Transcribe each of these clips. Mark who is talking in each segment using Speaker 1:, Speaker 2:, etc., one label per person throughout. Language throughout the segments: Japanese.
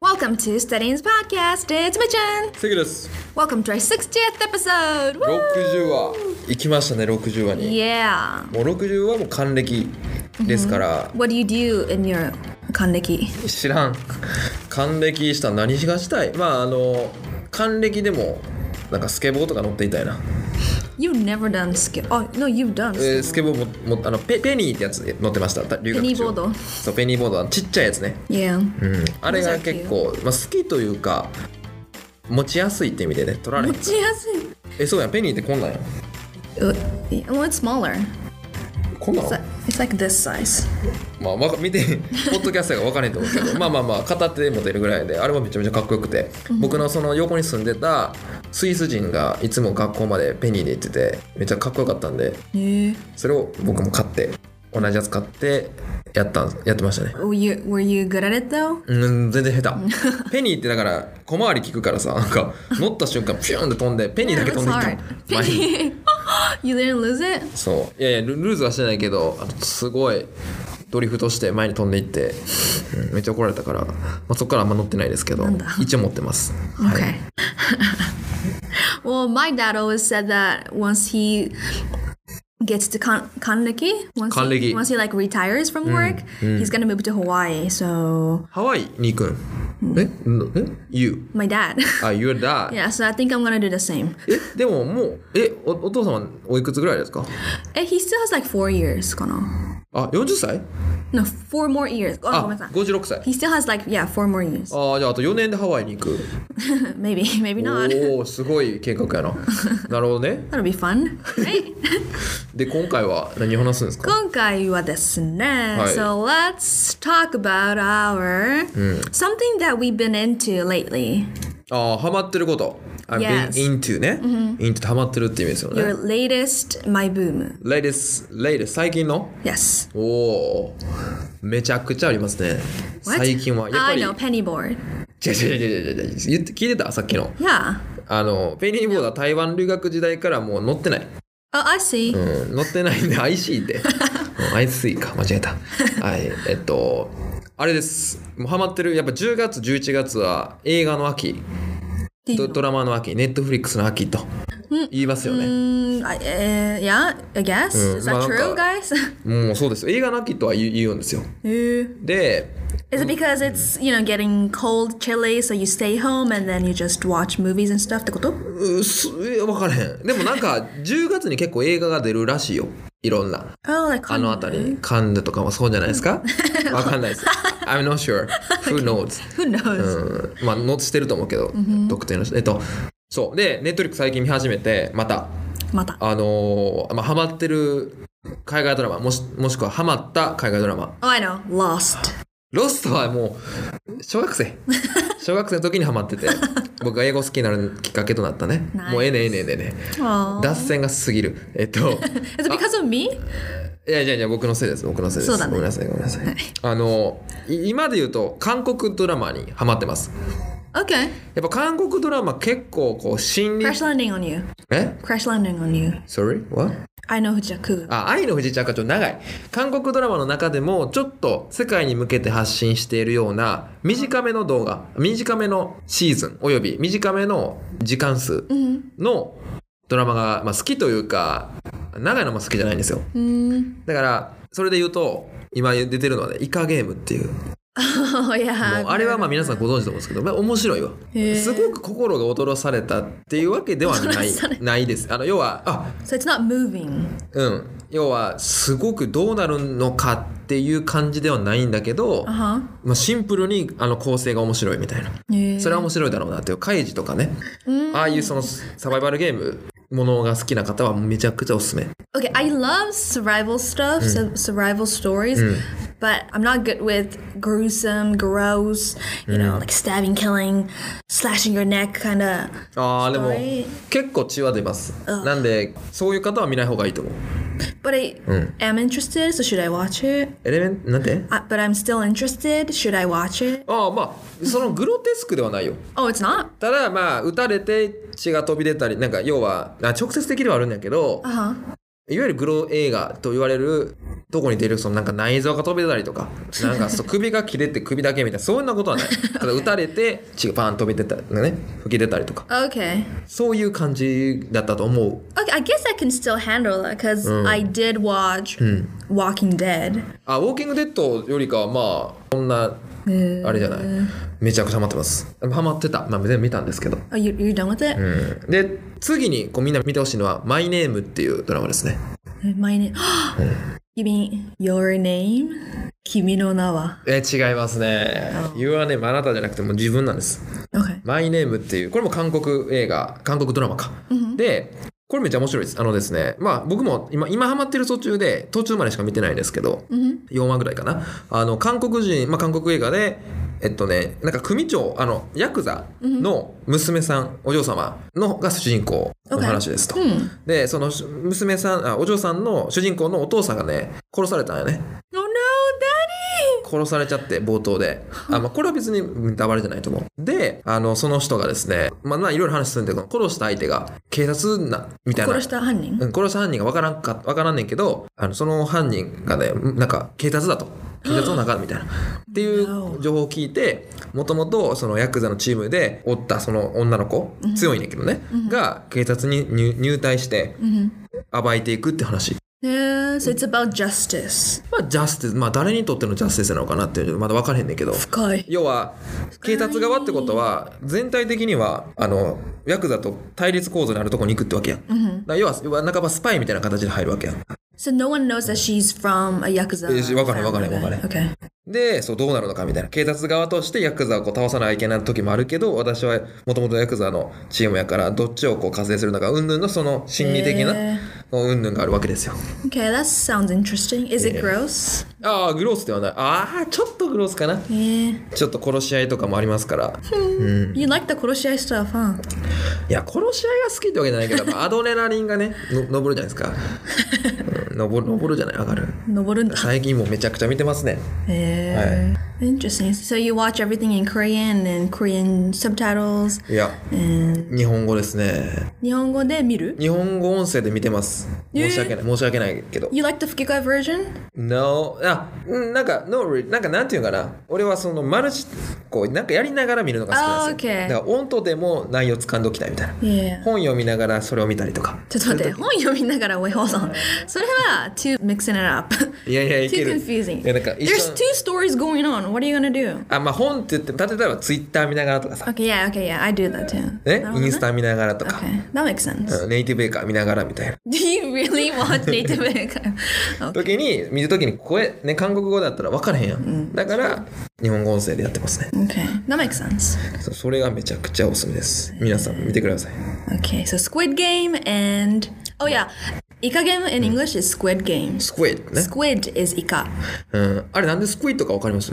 Speaker 1: Welcome to Studying's podcast. It's Mitchin.
Speaker 2: 次です。
Speaker 1: Welcome to our 60th episode. Woo!
Speaker 2: 60話行きましたね60話に。
Speaker 1: Yeah.
Speaker 2: もう60話も還暦ですから、
Speaker 1: What do you do in your kaneki?
Speaker 2: 知らん。還暦したら何がしたい。まああの還暦でもなんかスケボーとか乗っていたいな。
Speaker 1: You've never done skip. Oh no, you've done.
Speaker 2: えースケボーももあのペペニーってやつで乗ってました。留
Speaker 1: ペ
Speaker 2: 学中
Speaker 1: ニーボード
Speaker 2: そうペニーボードあのちっちゃいやつね。
Speaker 1: Yeah.
Speaker 2: うん。あれが結構まあ好きというか持ちやすいって意味でね取られへん。
Speaker 1: 持ちやすい。
Speaker 2: えそうやんペニーってこんなんやん。
Speaker 1: Uh, Well, it's smaller.
Speaker 2: こんなの
Speaker 1: It's like, it's like this size.
Speaker 2: まあ、わか 見てポッドキャストが分からへんと思うけどまあまあまあ片手で持てるぐらいであれはめちゃめちゃかっこよくて僕のその横に住んでたスイス人がいつも学校までペニーで行っててめっちゃかっこよかったんで
Speaker 1: Yeah.
Speaker 2: それを僕も買って同じやつ買ってやったんやってましたね
Speaker 1: Were you were you good at it though?
Speaker 2: うん全然下手ペニーってだから小回り効くからさなんか乗った瞬間ピューンって飛んでペニーだけ
Speaker 1: That's
Speaker 2: 飛んでいっ た
Speaker 1: hard.
Speaker 2: の前に
Speaker 1: Penny. you didn't lose it?
Speaker 2: そういやいやルルーズはしてないけどあのすごいドリフトして前に飛んでいって、うんめっちゃ怒られたから、まあ、そこからあんま乗ってないですけど
Speaker 1: なんだ
Speaker 2: 一応持ってます、はい、
Speaker 1: Okay. well, my dad always said that once he gets to kan- Kanleki, once, He,
Speaker 2: Kanleki.
Speaker 1: once he like retires from work, he's gonna move to Hawaii. So
Speaker 2: ハワイに行くんえんえ ?You
Speaker 1: my dad.
Speaker 2: あ You're that
Speaker 1: yeah, so I think I'm gonna do the same.
Speaker 2: えでももうえおお父様おいくつぐらいですか
Speaker 1: And he still has like four years, Kono.
Speaker 2: あ40歳
Speaker 1: No, four more years. Oh,
Speaker 2: あ
Speaker 1: ごめんなさい。
Speaker 2: 56歳
Speaker 1: he still has like yeah, four more years.
Speaker 2: あじゃああと4年でハワイに行く
Speaker 1: maybe, maybe not.
Speaker 2: おおすごい計画 やななるほどね
Speaker 1: That'll be fun, right?
Speaker 2: で今回は何を話すんですか
Speaker 1: 今回はですね、
Speaker 2: はい。
Speaker 1: So let's talk about our
Speaker 2: Hmm.
Speaker 1: something that we've been into lately.
Speaker 2: ああハマってること I've
Speaker 1: Yes.
Speaker 2: been into ね、into ハマってるって意味ですよね
Speaker 1: Your latest my boom.
Speaker 2: latest, latest 最近の
Speaker 1: Yes.
Speaker 2: おおめちゃくちゃありますね
Speaker 1: What?
Speaker 2: 最近はやっぱ
Speaker 1: I
Speaker 2: り
Speaker 1: know penny board.
Speaker 2: 違う違う違う違う違う言って聞いてたさっきの
Speaker 1: Yeah.
Speaker 2: あのペニーボードは台湾留学時代からもう乗ってない、
Speaker 1: Oh, I see.
Speaker 2: うん、乗ってないんで IC で、うん、IC か間違えたはいえっとあれですもうハマってるやっぱ10月11月は映画の秋
Speaker 1: っていう
Speaker 2: ド
Speaker 1: の
Speaker 2: ドラマの秋ネットフリックスの秋と言いますよね、
Speaker 1: Mm, I, uh, yeah, I guess. Is that
Speaker 2: まあ、なんか
Speaker 1: true,
Speaker 2: -
Speaker 1: guys? Hmm.
Speaker 2: もうそうですよ映画の秋とは言う言うんですよ
Speaker 1: Eh.
Speaker 2: で
Speaker 1: Is it because it's you know getting cold, chilly, so you stay home and then you just watch movies and stuff? ってこと？
Speaker 2: うっすえ分からへんでもなんか10月に結構映画が出るらしいよいろんな
Speaker 1: Oh, like
Speaker 2: あの辺りカンヌとかもそうじゃないですかわかん ないです I'm not sure who knows、
Speaker 1: Who knows?
Speaker 2: うん、まあ乗してると思うけど特定の人えっとそうでネットリック最近見始めてまた
Speaker 1: また。
Speaker 2: あのーまあハマってる海外ドラマもしもしくはハマった海外ドラマ
Speaker 1: Oh, I know. Lost.
Speaker 2: ロストはもう小学 生小学生の時にハマってて僕が英語好きになるきっかけとなった ね
Speaker 1: ナイス
Speaker 2: もうええねええねええねえね
Speaker 1: Oh.
Speaker 2: 脱線が過ぎるえ っと
Speaker 1: Is
Speaker 2: Uh
Speaker 1: it because of me?
Speaker 2: いやいやいや僕のせいです僕のせいです
Speaker 1: そうだね
Speaker 2: ごめんなさいごめんなさいあのい今で言うと韓国ドラマにハマってます
Speaker 1: Okay.
Speaker 2: やっぱ韓国ドラマ結構こう心理
Speaker 1: Crash landing on you.
Speaker 2: え
Speaker 1: Crash landing on you.
Speaker 2: Sorry? What?
Speaker 1: I know Hujaku.
Speaker 2: あ愛の不時着はちょっと長い韓国ドラマの中でもちょっと世界に向けて発信しているような短めの動画短めのシーズンおよび短めの時間数のドラマが、まあ、好きというか長いのも好きじゃないんですよ
Speaker 1: Mm.
Speaker 2: だからそれで言うと今出てるのはねイカゲームっていう
Speaker 1: Oh
Speaker 2: も
Speaker 1: yeah.
Speaker 2: うあれはまあ皆さんご存知と思うんですけど、まあ、面白いわ
Speaker 1: へー
Speaker 2: すごく心が踊らされたっていうわけではない
Speaker 1: 踊らされ
Speaker 2: ないですあの要はあ
Speaker 1: So it's not moving.
Speaker 2: うん要はすごくどうなるのかっていう感じではないんだけど、
Speaker 1: Uh huh.
Speaker 2: まあ、シンプルにあの構成が面白いみたいな
Speaker 1: Yeah.
Speaker 2: それは面白いだろうなっていうカイジとかねああいうそのサバイバルゲームものが好きな方はめちゃくちゃおすすめ
Speaker 1: Okay, I love survival stuff, su- survival stories, but I'm not good with gruesome, gross, you know, like stabbing, killing, slashing your neck, kind of.
Speaker 2: ああでも
Speaker 1: すごい
Speaker 2: 結構血は出ますなんでそういう方は見ない方がいいと思う
Speaker 1: But I am interested, so should I watch it?
Speaker 2: エレメンなんて
Speaker 1: Uh, but I'm still interested. Should I watch it?
Speaker 2: ああまあそのグロテスクではない よ
Speaker 1: Oh, it's not.
Speaker 2: ただまあ撃たれて血が飛び出たりなんか要はあ直接的ではあるんだけど
Speaker 1: Uh huh.
Speaker 2: いわゆるグロ映画と言われるとこに出るそのなんか内臓が飛び出たりとかなんか そう首が切れて首だけみたいなそういうようなことはないただ撃たれて血がパン飛び出たりとかね吹き出たりとか
Speaker 1: Okay.
Speaker 2: そういう感じだったと思う
Speaker 1: Okay, I guess I can still handle that because I did watch Walking Dead.
Speaker 2: あウォーキングデッドよりかはまあこんなあれじゃないめちゃくちゃハマってますハマってたまあ全部見たんですけど
Speaker 1: Oh, you, you're done with it?
Speaker 2: うんで次にこうみんな見てほしいのは「マイネーム」っていうドラマですね
Speaker 1: My name. you mean your name? Kimi no nawa.
Speaker 2: え違いますね言わねあなたじゃなくてもう自分なんです
Speaker 1: Okay.
Speaker 2: マイネームっていう、これも韓国映画、韓国ドラマか。で、これめっちゃ面白いです。あのですね、まあ僕も今、今ハマってる途中で、途中までしか見てないんですけど、4話ぐらいかな。あの、韓国人、まあ韓国映画で、えっとね、なんか組長、あの、ヤクザの娘さん、お嬢様のが主人公の話ですと。
Speaker 1: Hmm.
Speaker 2: で、その娘さんあ、お嬢さんの主人公のお父さんがね、殺されたんよね。
Speaker 1: Oh no, daddy!
Speaker 2: 殺されちゃって冒頭であ、まあ、これは別にうんダバレじゃないと思うであのその人がですねまあまあいろいろ話するんだけど殺した相手が警察なみたいな
Speaker 1: 殺した犯人
Speaker 2: うん、殺した犯人がわからんかわからんねんけどあのその犯人がねうんなんか警察だと警察の中みたいなっていう情報を聞いてもともとそのヤクザのチームでおったその女の子強いねんだけどね、が警察に入入隊して暴いていくって話
Speaker 1: Yeah, so it's about justice.
Speaker 2: まあジャスティスまあ誰にとってのジャスティスなのかなっていうのまだ分からへんねんけど
Speaker 1: Kai.
Speaker 2: 要は警察側ってことは全体的にはあのヤクザと対立構造にあるとこに行くってわけやん、だから要は要は半ばスパイみたいな形で入るわけやん
Speaker 1: So no one knows that she's from a yakuza.
Speaker 2: えわかるわかる
Speaker 1: family.
Speaker 2: わかる
Speaker 1: Okay.
Speaker 2: でそうどうなるのかみたいな警察側としてヤクザをこう倒さなきゃいけない時もあるけど私はもともとヤクザのチームやからどっちをこう活性するのかうんぬんのその心理的な
Speaker 1: へ
Speaker 2: うんぬんがあるわけですよ
Speaker 1: Okay, that sounds interesting. Is it gross?
Speaker 2: ああグロースではないああちょっとグロースかな
Speaker 1: Yeah.
Speaker 2: ちょっと殺し合いとかもありますから
Speaker 1: You like the koroshiai stuff, huh?
Speaker 2: いや殺し合いが好きってわけじゃないけどやっぱアドレナリンがねの上るじゃないですか、うん、上る上るじゃない上がる
Speaker 1: Noborun.
Speaker 2: 最近もうめちゃくちゃ見てますね
Speaker 1: Yeah. Interesting. So you watch everything in Korean and Korean subtitles
Speaker 2: いや
Speaker 1: and
Speaker 2: 日本語ですね
Speaker 1: Nihongo de miru?
Speaker 2: 日本語音声で見てます申し訳ない申し訳ないけど
Speaker 1: You like the Fukikai version?
Speaker 2: No あうんなんか No really なんかなんていうかな俺はそのマルチこうなんかやりながら見るのが好きなんですよ、
Speaker 1: あー OK
Speaker 2: だから音とでも内容掴んどきたいみたいな
Speaker 1: Yeah.
Speaker 2: 本読みながらそれを見たりとか
Speaker 1: ちょっと待って、本読みながら、wait, hold on. それは、too mixing it up.
Speaker 2: いやいやいけ
Speaker 1: too
Speaker 2: る
Speaker 1: confusing.
Speaker 2: いやなんか一緒
Speaker 1: There's two stories going on. What are you gonna do?
Speaker 2: あまあ本って言って例えばツイッター見ながらとかさ
Speaker 1: Okay, yeah, okay, yeah. I do that too. な
Speaker 2: ね
Speaker 1: るほど、
Speaker 2: インスタ見ながらとか、
Speaker 1: Okay, that makes sense.
Speaker 2: うんネイティブ映画見ながらみたいな
Speaker 1: Do you really watch native American? Okay.
Speaker 2: 時に見る時に声ね韓国語だったら分からへんやん、だから日本語音声でやってますね
Speaker 1: okay, that makes sense.
Speaker 2: そそれがめちゃくちゃおすすめです皆さん見てください
Speaker 1: Okay, so Squid Game and. Oh, yeah. Ika game in English is Squid Game.
Speaker 2: スクイッドね、
Speaker 1: Squid is Ika.
Speaker 2: うん、あれなんでスクイッドか分かります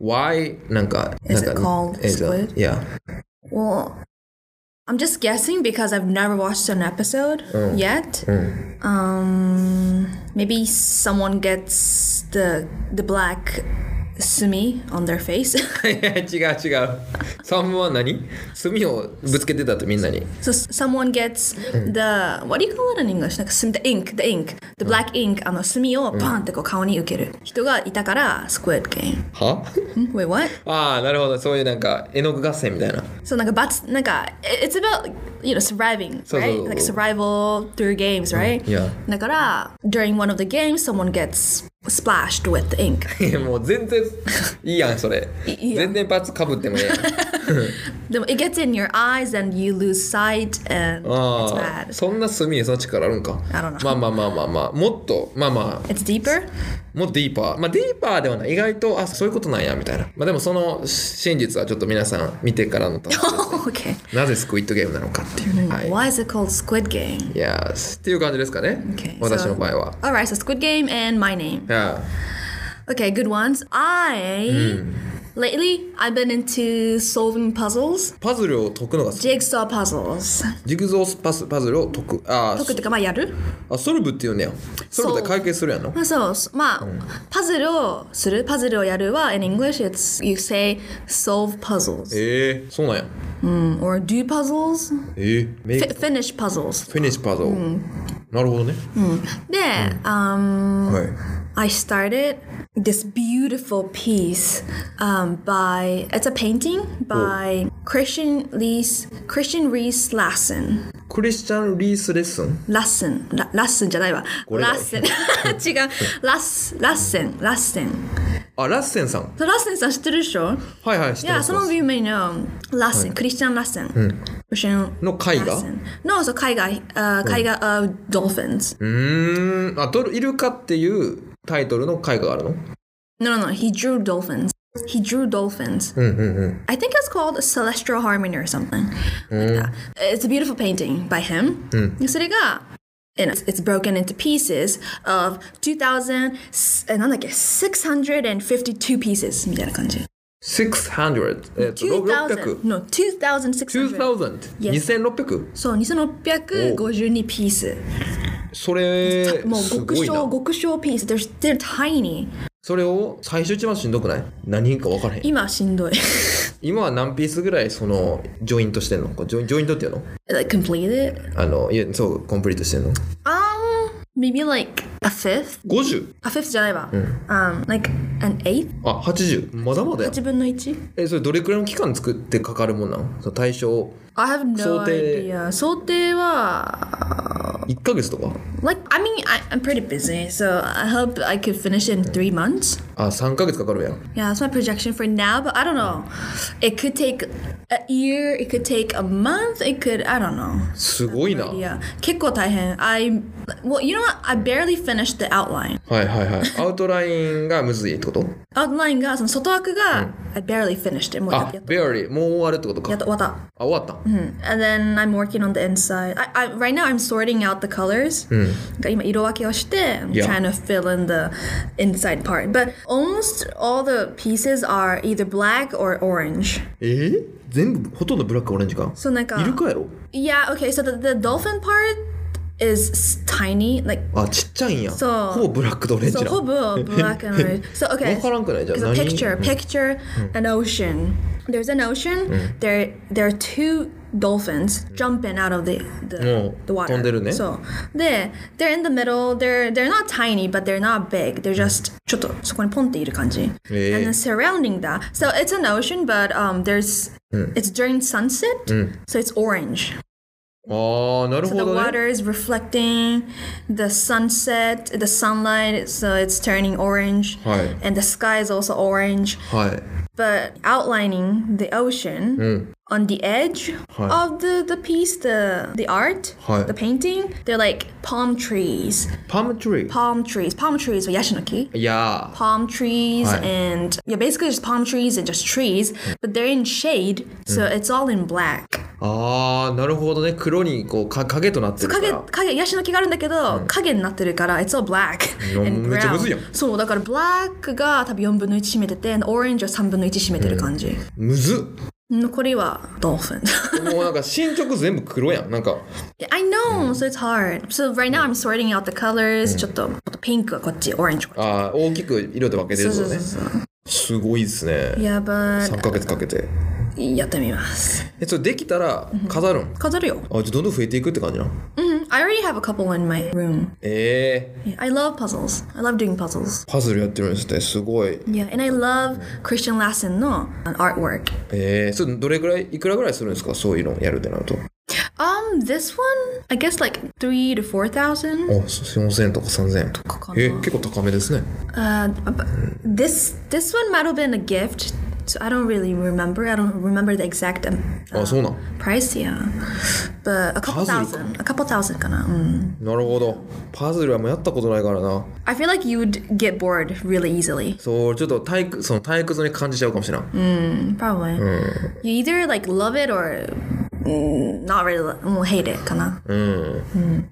Speaker 2: ?Why なんか
Speaker 1: Is
Speaker 2: なん
Speaker 1: it
Speaker 2: か
Speaker 1: called
Speaker 2: is it-
Speaker 1: squid?
Speaker 2: Yeah
Speaker 1: Well, I'm just guessing because I've never watched an episode yet. Um, maybe someone gets the the black sumi on their face.
Speaker 2: いや違う違う3分は何炭をぶつけてたとみんなに
Speaker 1: so s- someone gets the what do you call it in English? Like sumi, the ink, the ink, the black ink. あの墨をバンってこう顔に受ける人がいたから Squid Game.
Speaker 2: は
Speaker 1: ん Wait, what?
Speaker 2: ああなるほどそういうなんか絵の具合戦みたいな
Speaker 1: So なんか罰なんか i- it's about you know surviving,
Speaker 2: そうそう
Speaker 1: right? Like survival through games, right?
Speaker 2: yeah.
Speaker 1: だから during one of the games someone gets splashed with the ink.
Speaker 2: いやもう全然いいやんそれ
Speaker 1: いいいやん
Speaker 2: 全然パーツかぶってもええやん
Speaker 1: でも it gets in your eyes and you lose sight and it's
Speaker 2: あ
Speaker 1: bad.
Speaker 2: あそんな隅にその力あるんか
Speaker 1: I don't know.
Speaker 2: まあまあまあまあまあもっとまあま
Speaker 1: It's deeper.
Speaker 2: あもうディーパーまあディーパーではない意外とあそういうことなんやみたいなまあでもその真実はちょっと皆さん見てから のと
Speaker 1: okay.
Speaker 2: なぜスクイットゲームなのかっていう、はい
Speaker 1: Why is it called Squid Game?
Speaker 2: いやーっていう感じですかね、
Speaker 1: Okay.
Speaker 2: 私の場合は
Speaker 1: So, all right. So Squid Game and my name.
Speaker 2: いや
Speaker 1: Okay, good ones. I lately I've been into solving puzzles,
Speaker 2: パズルを解くのが好き
Speaker 1: jigsaw puzzles.
Speaker 2: ジグゾーパズパズルを解くあ
Speaker 1: 解くって
Speaker 2: ー
Speaker 1: いうかまあやる。
Speaker 2: あソルブっていうんねやソルブって解決するやんの
Speaker 1: まあそうすまあ、パズルをするパズルをやるは in English it's you say solve puzzles
Speaker 2: ええー、そうなんや
Speaker 1: or do puzzles
Speaker 2: ええー、メイ
Speaker 1: fi-
Speaker 2: ク
Speaker 1: finish puzzles
Speaker 2: フィニッシュパズル、なるほどね。
Speaker 1: で、um,
Speaker 3: はい。
Speaker 1: I started this beautiful piece um, by it's a painting
Speaker 2: Oh.
Speaker 1: by Christian Rees Christian Rees Lassen
Speaker 2: クリスチャン・リース・レッスン
Speaker 1: Lassen ララッスンじゃないわ
Speaker 2: れだ
Speaker 1: ラッセン 違うラッスラッセンラッセン
Speaker 2: あ、ラッセンさん。
Speaker 1: そうラッセンさん知ってるでしょ
Speaker 2: はいはい、知って
Speaker 1: Yeah,
Speaker 2: ます
Speaker 1: some of you may know Lassen, Christian Lassen. Christian
Speaker 2: の絵画
Speaker 1: Lassen. No, so 絵画、uh, 絵画 of dolphins.
Speaker 2: うーん。あ、ドルイルカっていうタイトルの絵画があるの
Speaker 1: No, no, no, he drew dolphins. He drew dolphins. I think it's called Celestial Harmony or something like that. It's a beautiful painting by him. それが and it's, it's broken into pieces of 2,000, えなんだっけ、652 pieces みたいな感じ。
Speaker 2: 600、えっと、
Speaker 1: 2,000,
Speaker 2: 600。
Speaker 1: no, 2,600.
Speaker 2: 2000、
Speaker 1: Yes.
Speaker 2: 2600。
Speaker 1: そう、2652ピース。
Speaker 2: それ、
Speaker 1: もう
Speaker 2: す
Speaker 1: 極
Speaker 2: ごいな
Speaker 1: 小。極小ピース they're, they're tiny
Speaker 2: それを最初一番しんどくない何か分からへん。
Speaker 1: 今しんどい
Speaker 2: 今は何ピースぐらいその、ジョイントしてんのこうジョインジョイントっていうの
Speaker 1: like completed
Speaker 2: あの、いや、そう、コンプリートしてんの
Speaker 1: um maybe like a fifth
Speaker 2: ?50?
Speaker 1: a fifth じゃないわ、um like an eighth
Speaker 2: あ、80。まだまだや。
Speaker 1: 8分の 1?
Speaker 2: え、それどれくらいの期間作ってかかるもんなんその対象、
Speaker 1: I have no
Speaker 2: 想定
Speaker 1: idea 想定は
Speaker 2: 1ヶ月とか
Speaker 1: like I mean I, I'm pretty busy so I hope I could finish in three months
Speaker 2: あ、3ヶ月かかるやん。
Speaker 1: Yeah, that's my projection for now, but I don't know. It could take a year, it could take a month, it could, I don't know.
Speaker 2: すごいな。はい
Speaker 1: Yeah. 結構大変 I, well, you know what? I barely finished the outline.
Speaker 2: はいはい。アウトラインがむずいってこと
Speaker 1: outline が、その外枠が、I barely finished it. もうやっ
Speaker 2: あ
Speaker 1: と、やっと
Speaker 2: ベアリー、もう終わるってこと
Speaker 1: やっ
Speaker 2: か。
Speaker 1: と終わった。
Speaker 2: あ、終わった。
Speaker 1: And then I'm working on the inside. I, I, right now I'm sorting out the colors. が今色分けをして、I'm
Speaker 2: Hmm. Yeah.
Speaker 1: trying to fill in the inside part. But almost all the pieces are either black or orange.
Speaker 2: えー全部、ほとんどブラックオレンジか
Speaker 1: そうなんか
Speaker 2: イルカやろ
Speaker 1: Yeah, okay, so the, the dolphin part is tiny. Like,
Speaker 2: あ、ちっちゃいんや。
Speaker 1: そう
Speaker 2: ほぼブラックとオレンジな
Speaker 1: so
Speaker 2: ん
Speaker 1: hobo, black and orange. So, okay.
Speaker 2: わからんくないじゃあ
Speaker 1: So
Speaker 2: 何
Speaker 1: picture, picture, an ocean. There's an ocean. There, there are two dolphins jumping out of the the,
Speaker 2: もう
Speaker 1: the water.
Speaker 2: 飛んでるね
Speaker 1: So they they're in the middle. They're they're not tiny, but they're not big. They're just ちょっとそこにポンっている感じ。
Speaker 2: えー
Speaker 1: And then surrounding that, so it's an ocean, but um, there's it's during sunset, so it's orange.
Speaker 2: ああ、なる
Speaker 1: So
Speaker 2: ほ
Speaker 1: the
Speaker 2: どね。
Speaker 1: water is reflecting the sunset, the sunlight, so it's turning orange.
Speaker 2: はい。
Speaker 1: And the sky is also orange.
Speaker 2: はい。
Speaker 1: but outlining the ocean on the edge of the, the piece, the the art,
Speaker 2: はい。
Speaker 1: the painting, they're like palm trees,
Speaker 2: パムトリー。
Speaker 1: palm trees, palm trees, or yashinoki.
Speaker 2: いや
Speaker 1: Palm trees
Speaker 2: はい。
Speaker 1: and yeah, basically just palm trees and just trees, but they're in shade, so it's all in black.
Speaker 2: ー。ああ、なるほどね。黒にこうか影となってるから。
Speaker 1: 影、影、ヤシの木があるんだけど、影になってるから、it's all black
Speaker 2: や
Speaker 1: and
Speaker 2: めっちゃ
Speaker 1: brown.
Speaker 2: むずいやん。
Speaker 1: そう、だからブラックが多分4分の1占めてて、and orange は3分の1占めてる感じ。
Speaker 2: むずっ。
Speaker 1: 残りはdolphin。
Speaker 2: もうなんか進捗全部黒やん。なんか、
Speaker 1: Yeah, I know, so it's hard. So right now I'm sorting out the colors. ちょっと、ピンクはこっち、オレンジこっ
Speaker 2: あー大きく色で分けて
Speaker 1: ち。
Speaker 2: る
Speaker 1: そ
Speaker 2: の
Speaker 1: うそう
Speaker 2: ね。
Speaker 1: そう。
Speaker 2: すごいですね。
Speaker 1: やば
Speaker 2: 3ヶ月かけて。
Speaker 1: い。やってみます。
Speaker 2: え、それできたら飾るん、
Speaker 1: 飾るよ。
Speaker 2: あ、じゃあどんどん増えていくって感じな。
Speaker 1: うん。I already have a couple in my room.
Speaker 2: ええ
Speaker 1: Yeah, I love puzzles. I love doing puzzles.
Speaker 2: パズルやってるんですね。すごい。
Speaker 1: Yeah, and I love Christian Lassen の artwork.
Speaker 2: ええそれどれぐらい、いくらぐらいするんですかそういうのやるってなると。
Speaker 1: Um, this one, I guess like three to four thousand.
Speaker 2: あ、そう4000とか3000とか。
Speaker 1: かな
Speaker 2: えー、結構高めですね。
Speaker 1: Uh, but this this one might have been a gift. So I don't really remember. I don't remember the exact um,
Speaker 2: あ、そうなん。
Speaker 1: price, yeah. But a couple
Speaker 2: パズルか。
Speaker 1: thousand, a couple thousand mm. かな。うん。
Speaker 2: なるほど。パズルはもうやったことないからな。
Speaker 1: I feel like you'd get bored really easily.
Speaker 2: そう、ちょっと体育、その退屈に感じちゃうかもしれない。
Speaker 1: Probably. You either like love it or mm, not really lo- もう hate it かな。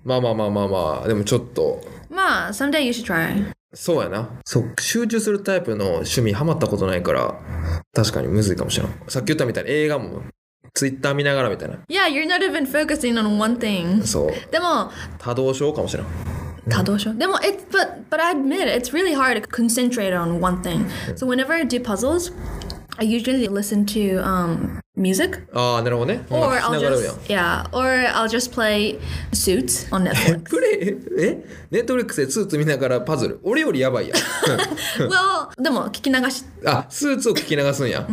Speaker 2: まあまあまあまあまあ、でもちょっと、
Speaker 1: まあ、someday you should try.
Speaker 2: そうやな。そう、集中するタイプの趣味ハマったことないから、確かにむずいかもしれない。さっき言ったみたいに映画も、ツイッター見ながらみたいな。
Speaker 1: Yeah, you're not even focusing on one thing.
Speaker 2: そう、
Speaker 1: でも、
Speaker 2: 多動症かもしれない。
Speaker 1: 多動症。でも、it, but, but I admit, it's really hard to concentrate on one thing. So whenever I do puzzles, I usually listen to um, music
Speaker 2: ああなるほどね
Speaker 1: or
Speaker 2: 音
Speaker 1: I'll
Speaker 2: 楽しながらやん
Speaker 1: just yeah or I'll just play Suits on Netflix.
Speaker 2: プレイえネットフリックスでスーツ見ながらパズル俺よりやばいやん
Speaker 1: well, でも聞き流し
Speaker 2: あスーツを聞き流すんや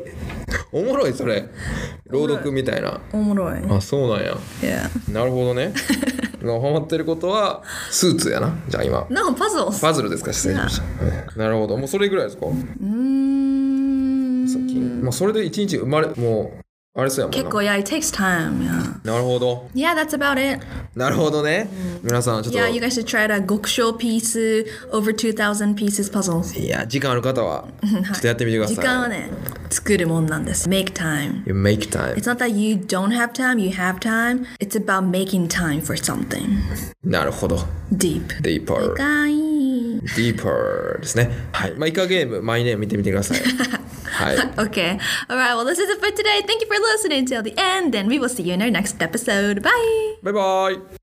Speaker 2: おもろいそれ朗読みたいな
Speaker 1: おもろい。
Speaker 2: あそうなんや
Speaker 1: Yeah.
Speaker 2: なるほ どねハマってることはスーツやなじゃあ今
Speaker 1: No puzzles.
Speaker 2: パズルですか失礼しました、うんなるほどもうそれぐらいですか最
Speaker 1: Mm,
Speaker 2: 近まあそれで一日生まれもうあれそうやもんな
Speaker 1: 結構 yeah, it takes time. Yeah.
Speaker 2: なるほど
Speaker 1: Yeah, that's about it.
Speaker 2: なるほどね、皆さんちょっと
Speaker 1: Yeah, you guys should try the Gokusho piece over 2000 pieces puzzles.
Speaker 2: いや時間ある方はちょっとやってみてください
Speaker 1: 時間はね、作るもんなんです。Make time.
Speaker 2: You make time
Speaker 1: It's not that you don't have time, you have time. It's about making time for something
Speaker 2: なるほど
Speaker 1: deep.
Speaker 2: Deeper
Speaker 1: かい
Speaker 2: Deeper ですねはいまあイカゲームマイネーム見てみてくださいはい
Speaker 1: Okay. All right. Well, this is it for today. Thank you for listening till the end, and we will see you in our next episode. Bye.
Speaker 2: バイバイ